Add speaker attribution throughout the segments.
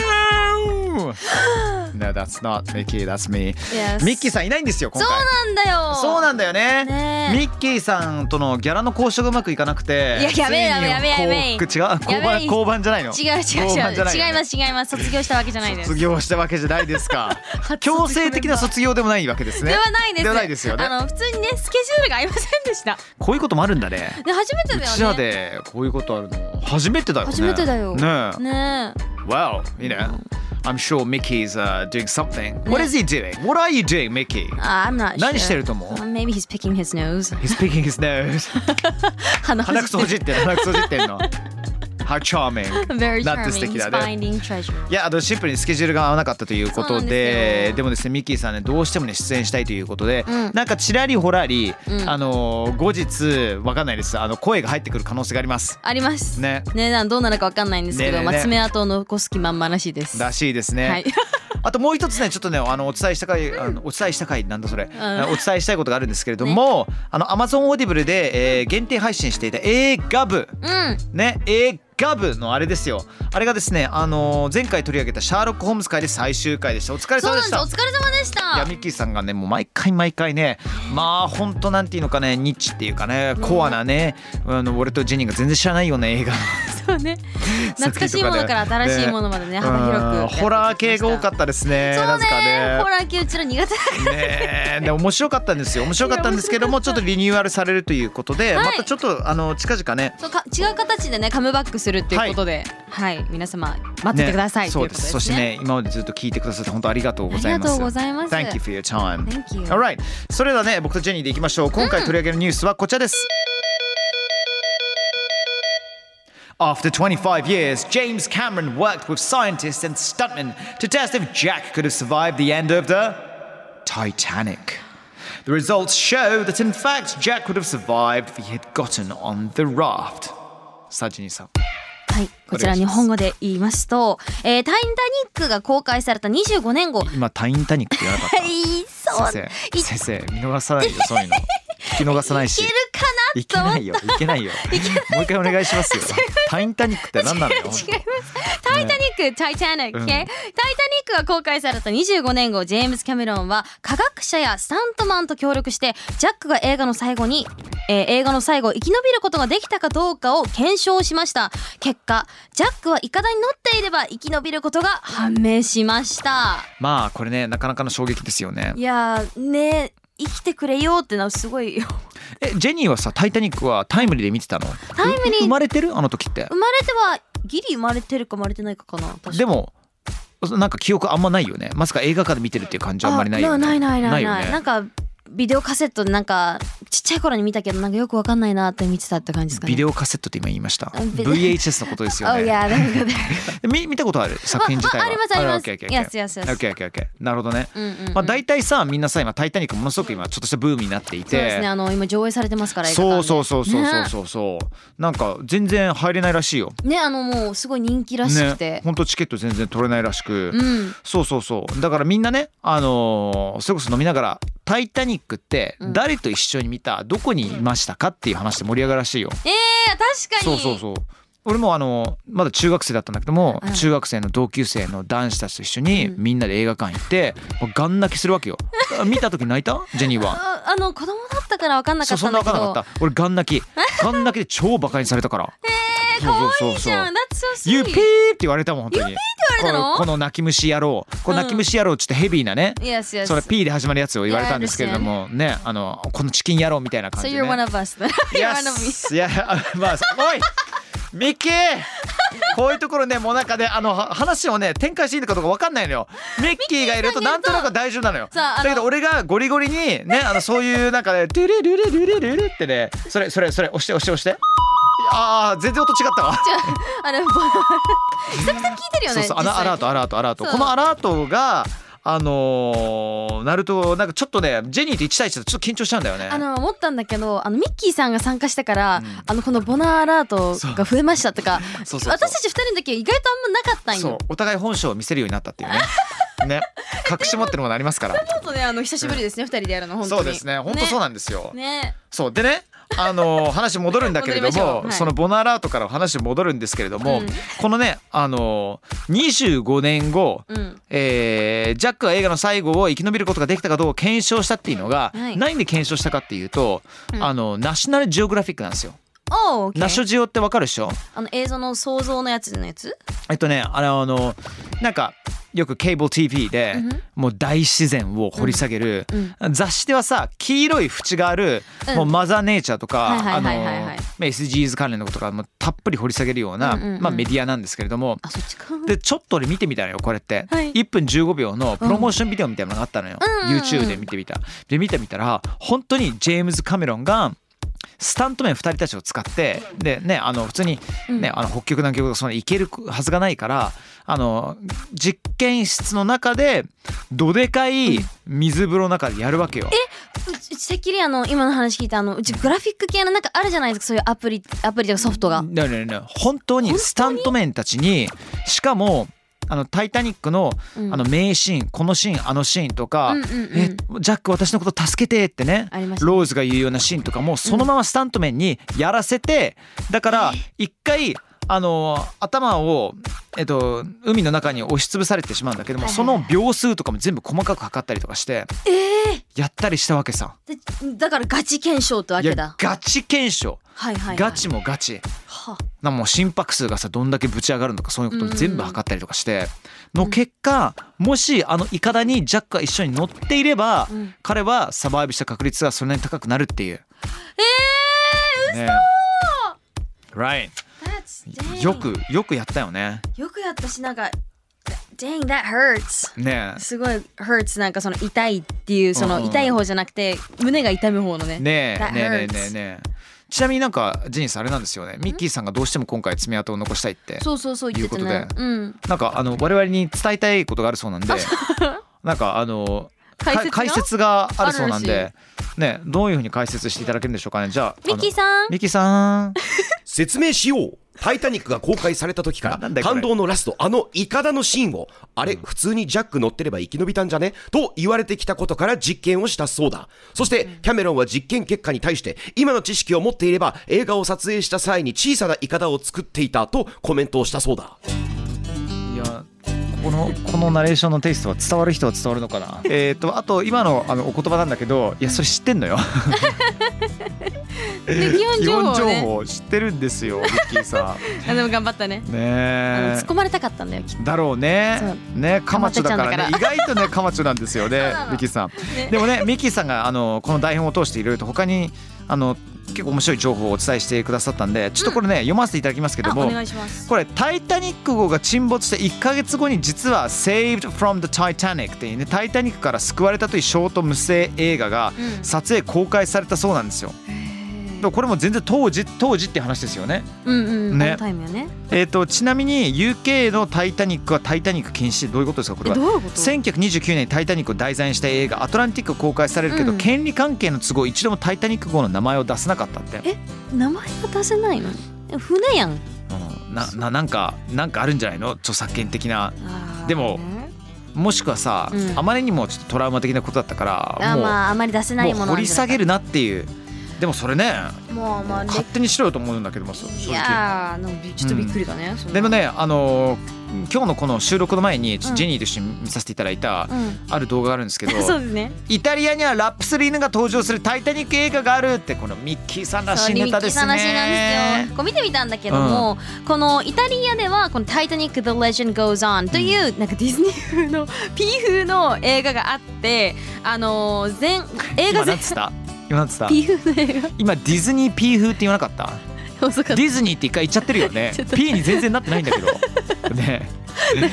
Speaker 1: Hello! no, that's not Mickey, that's me.
Speaker 2: Yes
Speaker 1: ミッキーさんいないんですよ、今
Speaker 2: そ
Speaker 1: 回。
Speaker 2: うなんだよ
Speaker 1: そうなんだよね
Speaker 2: ねえ
Speaker 1: ミッキーさんとのギャラの交渉がうまくいかなくて
Speaker 2: いややべえ
Speaker 1: ついに
Speaker 2: やべえやべえ
Speaker 1: こう違う交
Speaker 2: やべ
Speaker 1: 番
Speaker 2: え
Speaker 1: 交番じゃない
Speaker 2: 違
Speaker 1: の
Speaker 2: う違う
Speaker 1: 交
Speaker 2: 違
Speaker 1: 番じゃな
Speaker 2: う
Speaker 1: いの
Speaker 2: 違います違います卒業したわけじゃないです
Speaker 1: 卒業したわけじゃないで すか
Speaker 2: 初
Speaker 1: 強制的な
Speaker 2: 卒
Speaker 1: 卒業でもないわけですね
Speaker 2: ではないです
Speaker 1: ではないですよね
Speaker 2: あの普通にねスケジュールが合いませんでした
Speaker 1: こういうこともあるんだね
Speaker 2: で初めて
Speaker 1: う
Speaker 2: だよね
Speaker 1: ちらでこういうことあるの初めてだよね
Speaker 2: 初めてだよ
Speaker 1: ねえ
Speaker 2: ね
Speaker 1: Well you know I'm sure Mickey's、uh, doing something What is he doing? What are you doing Mickey?
Speaker 2: え I'm not sure
Speaker 1: 何してると思う
Speaker 2: Maybe he's picking his nose
Speaker 1: He's picking his nose
Speaker 2: 鼻
Speaker 1: 鼻くそほじってる鼻くそほじってんの How charming
Speaker 2: Very
Speaker 1: なんて素
Speaker 2: charming
Speaker 1: 敵
Speaker 2: He's
Speaker 1: だね
Speaker 2: finding treasure
Speaker 1: いやあのシンプルにスケジュールが合わなかったということ
Speaker 2: そうなんです
Speaker 1: でで
Speaker 2: よ
Speaker 1: もですねミッキーさんねどうしてもね出演したいということで、
Speaker 2: うん
Speaker 1: なんかちらりほらり、
Speaker 2: うん
Speaker 1: あのー後日わかんないですあの声が入ってくる可能性があります
Speaker 2: あります
Speaker 1: ね
Speaker 2: ねなんどうなるかわかんないんですけど
Speaker 1: ねえねえねえ
Speaker 2: まあ爪痕を残す気満々らしいです
Speaker 1: らしいですね、
Speaker 2: はい
Speaker 1: あともう一つねちょっとねあのお伝えしたかいあのお伝えしたかいなんだそれ、
Speaker 2: ん
Speaker 1: お伝えしたいことがあるんですけれども、あの Amazon オーディブルで、えー限定配信していた映画部
Speaker 2: うん
Speaker 1: ね、映画部のあれですよ。あれがですね、あのー前回取り上げたシャーロック・ホームズ会で最終回でした。お疲れ
Speaker 2: そう
Speaker 1: 様
Speaker 2: な
Speaker 1: で
Speaker 2: んで
Speaker 1: し
Speaker 2: すお
Speaker 1: た。
Speaker 2: 疲れ様でし
Speaker 1: いや
Speaker 2: た
Speaker 1: ミッキーさんがねもう毎回毎回ねまあほんとなんていうのかねニッチっていうかねコアなねあの俺とジェニーが全然知らないような映画
Speaker 2: そうね懐かしいものから新しいものまでね幅広くや
Speaker 1: う
Speaker 2: っ
Speaker 1: ん
Speaker 2: てきました
Speaker 1: ホラー系が多かったですね
Speaker 2: そう
Speaker 1: なぜか
Speaker 2: ね
Speaker 1: ね
Speaker 2: ホラー系うちら苦手だから
Speaker 1: ねえで面白かったんですよ面白かったんですけどもちょっとリニューアルされるということで、
Speaker 2: はい
Speaker 1: またちょっとあの近々ね
Speaker 2: そうか違う形でねカムバックするっていうことで、はい、皆様待っててください、
Speaker 1: ね
Speaker 2: という
Speaker 1: そ
Speaker 2: うこ
Speaker 1: で
Speaker 2: とですすね。
Speaker 1: そしてね今までずっと聞いてくださって本当ありがとうござい
Speaker 2: あり
Speaker 1: ます
Speaker 2: がとうございます
Speaker 1: Thank you for your time
Speaker 2: Thank you
Speaker 1: Alright それではね僕とジェニーでいきましょう今回取り上げるニュースはこちらです After 25 years, James Cameron worked with scientists and stuntmen to test if Jack could have survived the end of the Titanic. The results show that in fact Jack would have survived if he had gotten on the raft. さあジェニーさん。
Speaker 2: はい、こちら日本語で言いますと、えー、タイタニックが公開された25年後、は
Speaker 1: 今タインタニックって言わな かった。
Speaker 2: い、そう、
Speaker 1: 先
Speaker 2: い
Speaker 1: 生先生見逃さないよそ ういうの聞き逃さないし
Speaker 2: いける
Speaker 1: け
Speaker 2: かなと思っ
Speaker 1: な
Speaker 2: た。
Speaker 1: いよいけないよもう一回お願い しますよタインタニックって何なのよ
Speaker 2: 違います。タイタニック、タイタニック、OK？タイタニックが公開された25年後、ジェームズ・キャメロンは科学者やスタントマンと協力して、ジャックが映画の最後に、えー映画の最後、生き延びることができたかどうかを検証しました。結果、ジャックはイカダに乗っていれば生き延びることが判明しました。
Speaker 1: まあこれねなかなかの衝撃ですよね
Speaker 2: いやー、ね生きてくれよってのはすごい
Speaker 1: えジェニーはさタイタニックはタイムリーで見てたの
Speaker 2: タイムリー
Speaker 1: う生まれてるあの時って
Speaker 2: 生まれてはギリ生まれてるか生まれてないかかな確か
Speaker 1: でもなんか記憶あんまないよねまさか映画館で見てるっていう感じはあんまりないよね
Speaker 2: ないないないない
Speaker 1: よ
Speaker 2: ない
Speaker 1: ね
Speaker 2: なんかビデオカセットでなんかちっちゃい頃に見たけどなんかよくわかんないなって見てたって感じですかね
Speaker 1: ビデオカセットって今言いました
Speaker 2: あビデオ
Speaker 1: VHS のことです よ
Speaker 2: オ Oh
Speaker 1: ね
Speaker 2: yeah, there you go there
Speaker 1: み見たことある作品自体 は
Speaker 2: ああありますあります
Speaker 1: OK OK
Speaker 2: Yes, yes, yes.
Speaker 1: OK OK OK なるほどね
Speaker 2: うんうんうん
Speaker 1: まあ大体さみんなさ今タイタニックものすごく今ちょっとしたブームになっていて
Speaker 2: そうですねあの今上映されてますから映画館
Speaker 1: そ
Speaker 2: で
Speaker 1: うそうそうそうそう
Speaker 2: ね
Speaker 1: そうそうなんか全然入れないらしいよ
Speaker 2: ねあのもうすごい人気らしくて、
Speaker 1: ね、本当チケット全然取れないらしく、
Speaker 2: うん
Speaker 1: そうそうそうだからみんなねあのーそれこそ飲みながら「タイタニック」って
Speaker 2: うん
Speaker 1: 誰と一緒に見た、どこにいましたかっていう話で盛り上がるらしいよ、
Speaker 2: えー、確か
Speaker 1: そう
Speaker 2: に
Speaker 1: そうそう俺もあのまだ中学生だったんだけども
Speaker 2: うん
Speaker 1: 中学生の同級生の男子たちと一緒に
Speaker 2: うん
Speaker 1: みんなで映画館行ってもうガン泣きするわけよあ見た時泣いたジェニーは
Speaker 2: ああの子供だったからわかんなか
Speaker 1: そ
Speaker 2: っ
Speaker 1: うそ
Speaker 2: た
Speaker 1: ん
Speaker 2: ん
Speaker 1: な
Speaker 2: だけ ど
Speaker 1: 分からなかった俺ガン泣きガン泣きで超バカにされたから
Speaker 2: 可愛いじゃん That's so sweet
Speaker 1: ユーピーって言われたもん本当
Speaker 2: ユー
Speaker 1: に
Speaker 2: ピーって言われたの
Speaker 1: ここの泣き虫野郎この泣き虫野郎ちょっとヘビーなね、
Speaker 2: Yes, yes
Speaker 1: それピーで始まるやつを言われたんですけれどもねあのこのチキン野郎みたいな感
Speaker 2: So
Speaker 1: じで、
Speaker 2: you're
Speaker 1: ね、
Speaker 2: one of us then You're one of me
Speaker 1: Yes いや まあおいミッキーこういうところねもうなんかねあのは話をね展開していいのかどうかわかんないのよミッキーがいると
Speaker 2: ミッキーさんがい
Speaker 1: なん
Speaker 2: ると
Speaker 1: となく大丈夫なのよ
Speaker 2: そうあの
Speaker 1: だけど俺がゴリゴリにねあのそういうなんかねドゥルルルルルルルってねそれそれそれ押して押して押してああ全然音違ったわ
Speaker 2: じゃああの 久々に聞いてるよ
Speaker 1: そ
Speaker 2: ね
Speaker 1: うそうアラアラートアラートアラート
Speaker 2: そう
Speaker 1: このアラートがあのー、なるとなんかちょっとねジェニーと1対1だとちょっと緊張しちゃうんだよね
Speaker 2: あの思ったんだけどあのミッキーさんが参加したから、あのこのボナーアラートが増えましたとか
Speaker 1: そうそうそう
Speaker 2: 私たち二人の時は意外とあんまなかったんよ
Speaker 1: そうお互い本性を見せるようになったっていうね ね隠し持ってるものありますから
Speaker 2: ちょっとねあの久しぶりですね、二人でやるの本当に
Speaker 1: そうですね本当そうなんですよ、
Speaker 2: ね
Speaker 1: そうでねあのー話戻るんだけれど
Speaker 2: 戻りましょ
Speaker 1: も、
Speaker 2: うはい
Speaker 1: そのボナーラートから話戻るんですけれど
Speaker 2: う
Speaker 1: も、
Speaker 2: ん
Speaker 1: このねあのー、25年後、
Speaker 2: うん
Speaker 1: えージャックは映画の最後を生き延びることができたかどうか検証したっていうのが、
Speaker 2: はい
Speaker 1: 何で検証したかっていうと、
Speaker 2: うん
Speaker 1: あのナショナルジオグラフィックなんですよ。
Speaker 2: おー、o k
Speaker 1: ナショジオってわかるでしょ
Speaker 2: あの映像の想像のやつのやつ
Speaker 1: えっとねあのあのなんかよくケーブル TV で、
Speaker 2: うん
Speaker 1: もう大自然を掘り下げる、雑誌ではさ黄色い縁がある、
Speaker 2: うん
Speaker 1: もうマザーネイチャーとか
Speaker 2: はい
Speaker 1: あの
Speaker 2: はいはいはいはい
Speaker 1: SGs 関連のこととかもたっぷり掘り下げるような、
Speaker 2: うんうんうん
Speaker 1: まあ、メディアなんですけれども
Speaker 2: あそっちか
Speaker 1: でちょっと俺見てみたのよこれって、
Speaker 2: はい
Speaker 1: 1分15秒のプロモーションビデオみたいなのがあったのよ、
Speaker 2: うんうんうん
Speaker 1: YouTube で見てみたで見てみたら本当にジェームズ・カメロンがスタントメン2人たちを使ってでねあの普通に、ねあの北極南極がその行けるはずがないからあの実験室の中でどでかい水風呂の中でやるわけよ。
Speaker 2: うちうちてっきりあの今の話聞いたあのうちグラフィック系のなんかあるじゃないですかそういうアプリアプリとかソフトが
Speaker 1: だよねだよね本当にスタントメンたちにしかも「あのタイタニックの」
Speaker 2: うん
Speaker 1: あの名シーンこのシーンあのシーンとか
Speaker 2: うんうんうん
Speaker 1: えジャック私のこと助けて」ってね
Speaker 2: ありましたね
Speaker 1: ローズが言うようなシーンとかもそのままスタントメンにやらせてだから一回あの頭を、えっと、海の中に押しつぶされてしまうんだけども
Speaker 2: はい
Speaker 1: そ
Speaker 2: はいはい
Speaker 1: の秒数とかも全部細かく測ったりとかしてやったりしたわけさ。
Speaker 2: でだからガチ検証ってわ
Speaker 1: いや
Speaker 2: けだ
Speaker 1: ガチ検証
Speaker 2: はいはい、はい、
Speaker 1: ガチもガチ。
Speaker 2: は
Speaker 1: なもう心拍数がさどんだけぶち上がるのかそういうことを全部測ったりとかしての
Speaker 2: ん
Speaker 1: 結果もしあのイカダにジャックが一緒に乗っていれば
Speaker 2: うん
Speaker 1: 彼はサバイブした確率がそれなりに高くなるっていう。
Speaker 2: え
Speaker 1: ね Right.
Speaker 2: ー、That's dang
Speaker 1: よくよくやったよね。
Speaker 2: よくやったしなんか Dang that hurts
Speaker 1: ねえ
Speaker 2: すごい hurts なんかその痛いっていうそ
Speaker 1: うん
Speaker 2: の
Speaker 1: うん
Speaker 2: 痛い方じゃなくて胸が痛む方のね
Speaker 1: ねえ
Speaker 2: That
Speaker 1: ねえねえね
Speaker 2: hurts
Speaker 1: えねえちなみになんかジェニーさんあれなんですよねミッキーさんがどうしても今回爪痕を残したいって
Speaker 2: そうそうそう言ってた
Speaker 1: いう
Speaker 2: ね
Speaker 1: こと
Speaker 2: うん
Speaker 1: なんかあの我々に伝えたいことがあるそうなんでなんかあの
Speaker 2: 解説
Speaker 1: か
Speaker 2: が
Speaker 1: 解説があるそうなん
Speaker 2: あ
Speaker 1: でねどういうふうに解説していただけるんでしょうかねじゃあ
Speaker 2: ミッキー
Speaker 1: ん
Speaker 2: さん
Speaker 1: ミッキーさん
Speaker 3: 説明しよう「タイタニック」が公開された時か
Speaker 1: な
Speaker 3: ら
Speaker 1: んだよこれ
Speaker 3: 感動のラストあのイカダのシーンをあれ普通にジャック乗ってれば生き延びたんじゃねと言われてきたことから実験をしたそうだそしてキャメロンは実験結果に対して今の知識を持っていれば映画を撮影した際に小さなイカダを作っていたとコメントをしたそうだ
Speaker 1: いやこのこのナレーションのテイストは伝わる人は伝わるの かなえっとあと今のあのお言葉なんだけどいやそれ知ってんのよ
Speaker 2: で基本
Speaker 1: 基
Speaker 2: 情報
Speaker 1: 本
Speaker 2: を
Speaker 1: 情
Speaker 2: ね
Speaker 1: 報知ってるんですよミッキーさん
Speaker 2: あでも頑張ったね あ
Speaker 1: ね
Speaker 2: の
Speaker 1: え
Speaker 2: 突っ込まれたかったんだよきっと
Speaker 1: だろうね。ね、カマチョだからね、
Speaker 2: カマ
Speaker 1: 意外とね、カマチョなんですよね、ミキさん。でもね、ミキさんがあのこの台本を通していろいろと他にあの結構面白い情報をお伝えしてくださったんで、ちょっとこれね、読ませていただきますけど
Speaker 2: あ
Speaker 1: も
Speaker 2: お。願いします
Speaker 1: これ「タイタニック」号が沈没して1ヶ月後に実は「Saved from the Titanic」っていうね「タイタニック」から救われたというショート無声映画が
Speaker 2: うん
Speaker 1: 撮影公開されたそうなんですよ。でもこれも全然当時当時って話ですよね。
Speaker 2: うんうん
Speaker 1: ね
Speaker 2: オンタイムよね
Speaker 1: えー、とちなみに UK の「タイタニック」は「タイタニック」禁止どういうことですかこ
Speaker 2: え
Speaker 1: れは
Speaker 2: どういうこと
Speaker 1: 1929年に「タイタニック」を題材にした映画「アトランティック」公開されるけど、
Speaker 2: うん
Speaker 1: 権利関係の都合一度も「タイタニック」号の名前を出せなかったって
Speaker 2: え名前が出せないのえ船やん
Speaker 1: うんなななんかなんかあるんじゃないの著作権的な
Speaker 2: あー
Speaker 1: でも
Speaker 2: ね
Speaker 1: もしくはさ、
Speaker 2: うん
Speaker 1: あまりにもちょっとトラウマ的なことだったか
Speaker 2: あ
Speaker 1: ら
Speaker 2: ー
Speaker 1: もう,、
Speaker 2: まああまり出せないも
Speaker 1: も
Speaker 2: の
Speaker 1: う
Speaker 2: なん
Speaker 1: 掘
Speaker 2: じゃ
Speaker 1: り下げるなっていうでもそれね
Speaker 2: まあまあれ
Speaker 1: 勝手にしろよと思うんだけども正
Speaker 2: い
Speaker 1: 直
Speaker 2: やーなんかびちょっとびっくりだね、そんな
Speaker 1: でもねあのー今日のこの収録の前にちょっとジェニーと一緒に見させていただいた
Speaker 2: う
Speaker 1: ある動画があるんですけど、
Speaker 2: んそうですね
Speaker 1: イタリアにはラップする犬が登場する「タイタニック」映画があるってこのミッキーさんらし
Speaker 2: そう
Speaker 1: いネタです
Speaker 2: リミッキーさんらしいなんです
Speaker 1: ね
Speaker 2: よ。こう見てみたんだけども、このイタリアではこの「タイタニック・The Legend Goes On」という、なんかディズニー風の P 風の映画があってあのー全映
Speaker 1: 今
Speaker 2: 画
Speaker 1: なん
Speaker 2: 全
Speaker 1: つった今なんつった
Speaker 2: P 風の映
Speaker 1: 今ディズニー P 風って言わなか った
Speaker 2: 画遅かっ
Speaker 1: ディズニーって一回言っ ちゃってるよね P に全然なってないんだけ どね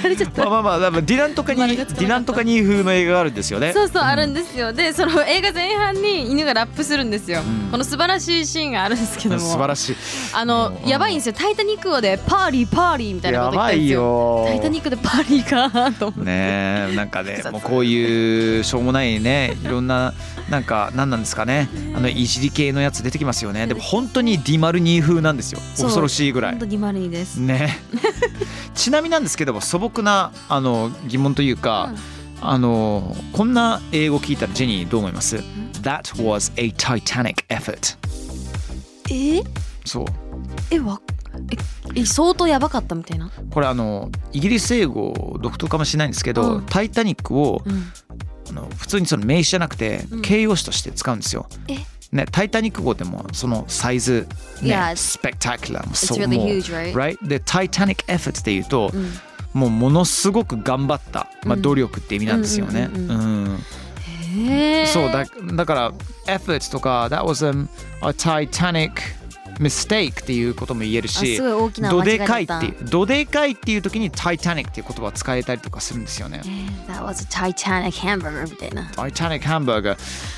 Speaker 2: たれちゃった
Speaker 1: まあまあまあ、まあディランとかに、デ
Speaker 2: 丸がつかなかった
Speaker 1: ィランとかに風の映画があるんですよね。
Speaker 2: そうそうあるんですよ、でその映画前半に犬がラップするんですよ、
Speaker 1: うん
Speaker 2: この素晴らしいシーンがあるんですけども
Speaker 1: 素晴らしい。
Speaker 2: あのやばいんですよ「タイタニック」号で「パーリーパーリー」みたいなこ
Speaker 1: や
Speaker 2: と言っ
Speaker 1: ば
Speaker 2: てるんで
Speaker 1: い
Speaker 2: すよ
Speaker 1: よ。
Speaker 2: タイタニックでパーリーかーと思って、
Speaker 1: ねえなんかねもうこういうしょうもないねいろんななんか何なんですかねあのいじり系のやつ出てきますよねでも本当にディマルニー風なんですよ
Speaker 2: そう
Speaker 1: 恐ろしいぐら
Speaker 2: 本
Speaker 1: い
Speaker 2: 当にマルニです、
Speaker 1: ねちなみなんですけども素朴なあの疑問というか、あのこんな英語聞いたらジェニーどう思います ?That was a titanic effort
Speaker 2: え
Speaker 1: そう
Speaker 2: えわええ相当やばかったみたいな、
Speaker 1: これあのイギリス英語独特かもしれないんですけど「
Speaker 2: うん
Speaker 1: タイタニックを」
Speaker 2: うん、
Speaker 1: あの普通にその名詞じゃなくて
Speaker 2: うん
Speaker 1: 形容詞として使うんですよ。
Speaker 2: え
Speaker 1: ね、タイタニック号でもそのサイズ、ね
Speaker 2: Yeah,、it's-
Speaker 1: スペクタクラーも
Speaker 2: It's
Speaker 1: そう
Speaker 2: really
Speaker 1: もう
Speaker 2: huge, right?
Speaker 1: right? で、タイタニックエフェクトで言うと、
Speaker 2: うん、
Speaker 1: もうものすごく頑張った、まあ、
Speaker 2: うん
Speaker 1: 努力って意味なんですよね。
Speaker 2: う
Speaker 1: うんん
Speaker 2: うんへえ
Speaker 1: そうだだから、エフェクトとか、that was a, a titanic mistake っていうことも言え
Speaker 2: あ
Speaker 1: るし
Speaker 2: すごい、大きな
Speaker 1: ど
Speaker 2: 間違
Speaker 1: で
Speaker 2: いだ
Speaker 1: かいっ
Speaker 2: った
Speaker 1: ていう、どでかいっていう時にタイタニックっていう言葉を使えたりとかするんですよね。
Speaker 2: That was a Titanic hamburger みたいな
Speaker 1: Titanic hamburger.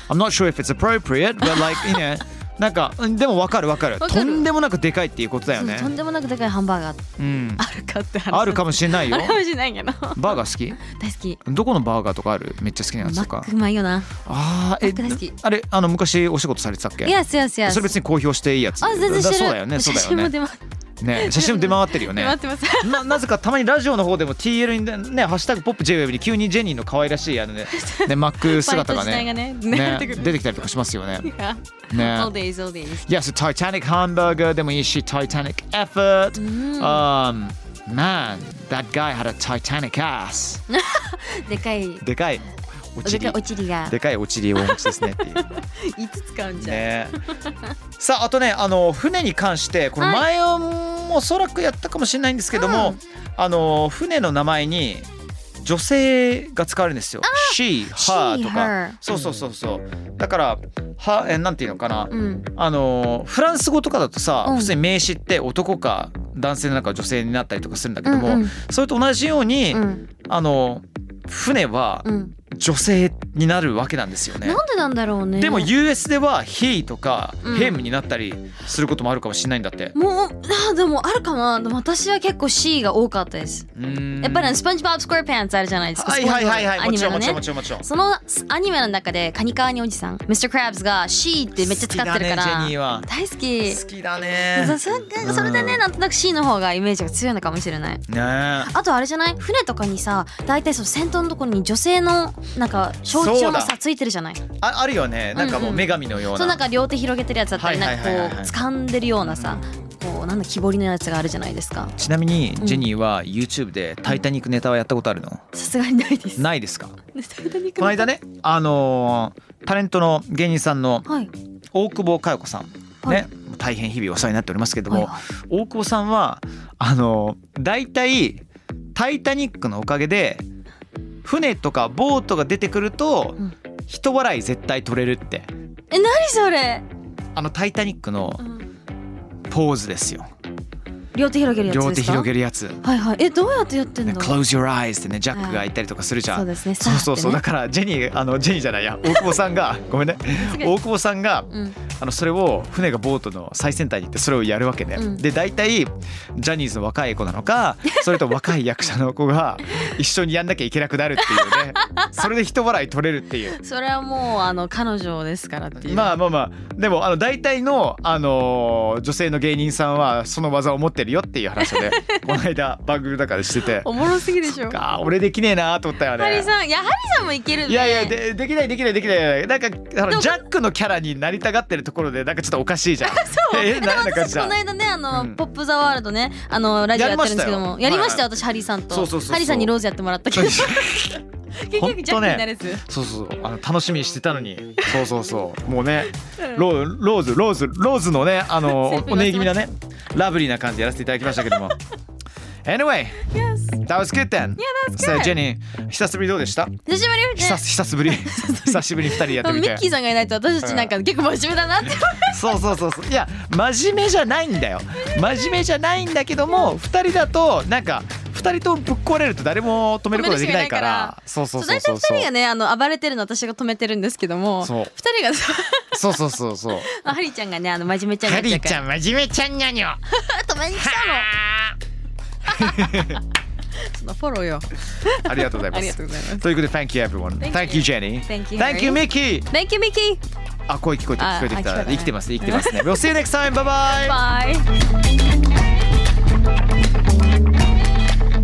Speaker 1: I'm not sure if it's appropriate, but like, you know, なんか、うんでもわかるわかる
Speaker 2: わかる
Speaker 1: とんでもなくでかいっていうことだよね
Speaker 2: と。んでもなくでかいハンバーガー
Speaker 1: うん。
Speaker 2: あるかって話
Speaker 1: あるかもしれないよ
Speaker 2: あ。るかもしれないけど
Speaker 1: バーガー好
Speaker 2: 大好き
Speaker 1: きどこのバーガーとかあるめっちゃ好きなやつ
Speaker 2: マ
Speaker 1: とか
Speaker 2: ック。うまいよな
Speaker 1: ああ、
Speaker 2: マ
Speaker 1: え
Speaker 2: ック大好き、
Speaker 1: あれ、あの、昔お仕事されてたっけ
Speaker 2: Yes yes yes
Speaker 1: それ別に公表していいやつ。
Speaker 2: あ全然知
Speaker 1: だ
Speaker 2: る
Speaker 1: そうだ よね、そう
Speaker 2: 写真
Speaker 1: だよ
Speaker 2: も
Speaker 1: ね。
Speaker 2: 出ます
Speaker 1: ね写真も出回ってるよ
Speaker 2: 出
Speaker 1: ね
Speaker 2: 回っ。てます
Speaker 1: ななぜかたまにラジオの方でも TL にね「ハッシュタグポップ JWEB」に急にジェニーの可愛らしいあ のねねマック姿がね
Speaker 2: バイト時代がね
Speaker 1: ね
Speaker 2: 出てくる
Speaker 1: 出てきたりとかしますよね。
Speaker 2: Yeah.
Speaker 1: ね
Speaker 2: All days all days
Speaker 1: Yes, a Titanic hamburger, then we issue Titanic effort. Um, man, that guy had a Titanic ass.
Speaker 2: でかい
Speaker 1: でかいお
Speaker 2: で
Speaker 1: ち
Speaker 2: かい
Speaker 1: り
Speaker 2: お。ちりが
Speaker 1: でかいおちりをお持ちですねっていう。
Speaker 2: いつ使うんじゃん
Speaker 1: ね、さああとねあの船に関してこれ
Speaker 2: は
Speaker 1: 前をおそらくやったかもしれないんですけども、あの船の名前に女性が使われるんですよ。she, her
Speaker 2: She,
Speaker 1: とか
Speaker 2: her。
Speaker 1: そうそうそうそう。だからはえなんていうのかな。
Speaker 2: うん
Speaker 1: あのフランス語とかだとさ、
Speaker 2: うん
Speaker 1: 普通に名詞って男か男性の中女性になったりとかするんだけども、
Speaker 2: うんうん
Speaker 1: それと同じように、
Speaker 2: うん
Speaker 1: あの船は
Speaker 2: うん
Speaker 1: 女性になるわけなんですよね。
Speaker 2: なんでなんだろうね
Speaker 1: でも US では「he」とか「
Speaker 2: うん
Speaker 1: him」になったりすることもあるかもしれないんだって。
Speaker 2: もうあでもあるかなでも私は結構 C が多かったです
Speaker 1: うーん
Speaker 2: やっぱりあのスパンジボブ・スクワーパンツあるじゃないですか
Speaker 1: はいはいはいはい、
Speaker 2: スポ
Speaker 1: も
Speaker 2: ン
Speaker 1: ち
Speaker 2: ジ
Speaker 1: ろ
Speaker 2: ボ
Speaker 1: ん
Speaker 2: ブ
Speaker 1: も
Speaker 2: の
Speaker 1: ち
Speaker 2: アニメのね
Speaker 1: ろんもちろんもちろん。
Speaker 2: そのアニメの中でカニカワニおじさん Mr. Krabs が C ってめっちゃ使ってるか
Speaker 1: 好きだねジェ
Speaker 2: ら
Speaker 1: ニーは
Speaker 2: 大好き
Speaker 1: 好きだね。
Speaker 2: そそそれでねなんとなく C の方がイメージが強いのかもしれない
Speaker 1: ねえ
Speaker 2: あとあれじゃない船とかにさ大体その先頭のところに女性のなんか象徴の
Speaker 1: そう
Speaker 2: さ
Speaker 1: だ
Speaker 2: ついてるじゃない
Speaker 1: ああるよねなんかもう女神のような。
Speaker 2: そうなんか両手広げてるやつだったり
Speaker 1: は
Speaker 2: ないんかこ
Speaker 1: はいうはいはいはい
Speaker 2: 掴んでるようなさこうなんだ木彫りのやつがあるじゃないですか
Speaker 1: ちなみにジェニーは YouTube で「タイタニック」ネタはやったことあるの
Speaker 2: さすがにないです
Speaker 1: ないですか
Speaker 2: タイタニック
Speaker 1: この間ねあのータレントの芸人さんの
Speaker 2: はい
Speaker 1: 大久保佳代子さん
Speaker 2: はい
Speaker 1: ね、大変日々お世話になっておりますけども、
Speaker 2: はいは
Speaker 1: 大久保さんはあのー大体「タイタニック」のおかげで船とかボートが出てくると
Speaker 2: うん
Speaker 1: 人笑い絶対取れるって
Speaker 2: え何それ、
Speaker 1: あの「タイタニック」のポーズですよ
Speaker 2: 両手広げるやつですか
Speaker 1: 両手広げ
Speaker 2: る
Speaker 1: るやつ。
Speaker 2: はいはいえどうやってやってん
Speaker 1: ね
Speaker 2: の
Speaker 1: Close your eyes ってねジャックが言ったりとかするじゃん。
Speaker 2: そうですね
Speaker 1: そうそうそう、
Speaker 2: さー
Speaker 1: だ
Speaker 2: って
Speaker 1: からジェニーあのジェニーじゃないや大久保さんがご めんね大久保さんが、
Speaker 2: ん
Speaker 1: あのそれを船がボートの最先端に行ってそれをやるわけね、
Speaker 2: うん
Speaker 1: で大体ジャニーズの若い子なのかそれとも若い役者の子が一緒にやんなきゃいけなくなるって いうねそれで人笑い取れるっていう
Speaker 2: それはもうあの彼女ですからっていう。
Speaker 1: まあまあまあでもあの大体の、あのー女性の芸人さんはその技を持ってるよっていう話 をねこの間番組の中でしてて
Speaker 2: おもろすぎでしょ。
Speaker 1: あー俺できねえなーと思ったよ
Speaker 2: ハリー
Speaker 1: ね
Speaker 2: さん、いやハリーさんもいけるね。
Speaker 1: いやいやでできないできないできないなんかあ
Speaker 2: で
Speaker 1: の
Speaker 2: も
Speaker 1: ジャックのキャラになりたがってるところでなんかちょっとおか しいじゃんえ
Speaker 2: でも
Speaker 1: なんだか
Speaker 2: 私
Speaker 1: じ
Speaker 2: こ
Speaker 1: ゃ
Speaker 2: の間ねあの、
Speaker 1: うん
Speaker 2: ポップザワールドねあのラジオやってるんですけどもや
Speaker 1: や
Speaker 2: り
Speaker 1: り
Speaker 2: ま
Speaker 1: ま
Speaker 2: し
Speaker 1: したた
Speaker 2: よ
Speaker 1: よ
Speaker 2: 私ハリーさんと
Speaker 1: そうそうそうそう
Speaker 2: ハリーさんにローズやってもらった けど結 局ジャックになれず、
Speaker 1: そうそうあの楽しみにしてたのにそうそうそうもうねローローズローズローズのねあの
Speaker 2: 全部
Speaker 1: お
Speaker 2: 言わせました
Speaker 1: おねえ気味なねラブリーな感じでやらせていただきましたけども Anyway that was good then
Speaker 2: that was
Speaker 1: So
Speaker 2: good.
Speaker 1: Jenny 久しぶりどうでした
Speaker 2: 久しぶりよね
Speaker 1: 久久しぶ り久しぶりに2人でやってみ
Speaker 2: ミ
Speaker 1: て
Speaker 2: ッキーさんがいないと私たちなんか結構真面目だなって
Speaker 1: そうそうそうそういや真面目じゃないんだよ真面目じゃないんだけども2人だとなんか2人ともぶっ壊れると誰も止めることができないからそう
Speaker 2: そ
Speaker 1: そ
Speaker 2: うう
Speaker 1: そ
Speaker 2: 大
Speaker 1: うそ
Speaker 2: 体
Speaker 1: う
Speaker 2: 二
Speaker 1: そう
Speaker 2: 人がねあの暴れてるの私が止めてるんですけども
Speaker 1: そう
Speaker 2: 2人がさ
Speaker 1: そうそうそうそう
Speaker 2: あハリーちゃんがね あの真面目ちゃんに
Speaker 1: ハ
Speaker 2: なっちゃう
Speaker 1: リー
Speaker 2: か
Speaker 1: ち
Speaker 2: ら
Speaker 1: ゃん真面目ちゃんにゃにょ
Speaker 2: 止めに来たのそのフォローよ
Speaker 1: ありがとうございま
Speaker 2: ありが
Speaker 1: す
Speaker 2: とう。ございます
Speaker 1: ということで、Thank you everyone.
Speaker 2: Thank
Speaker 1: Thank
Speaker 2: you.
Speaker 1: you, Jenny.
Speaker 2: Thank you,
Speaker 1: Thank you,
Speaker 2: Harry.
Speaker 1: Mickey.
Speaker 2: Thank you ミッキー
Speaker 1: あ、声聞こえて
Speaker 2: あ
Speaker 1: 聞こえてき
Speaker 2: あ聞こえた
Speaker 1: た。生きてます、生きてますね。We'll see you next time. Bye bye.
Speaker 2: Bye
Speaker 4: Spotify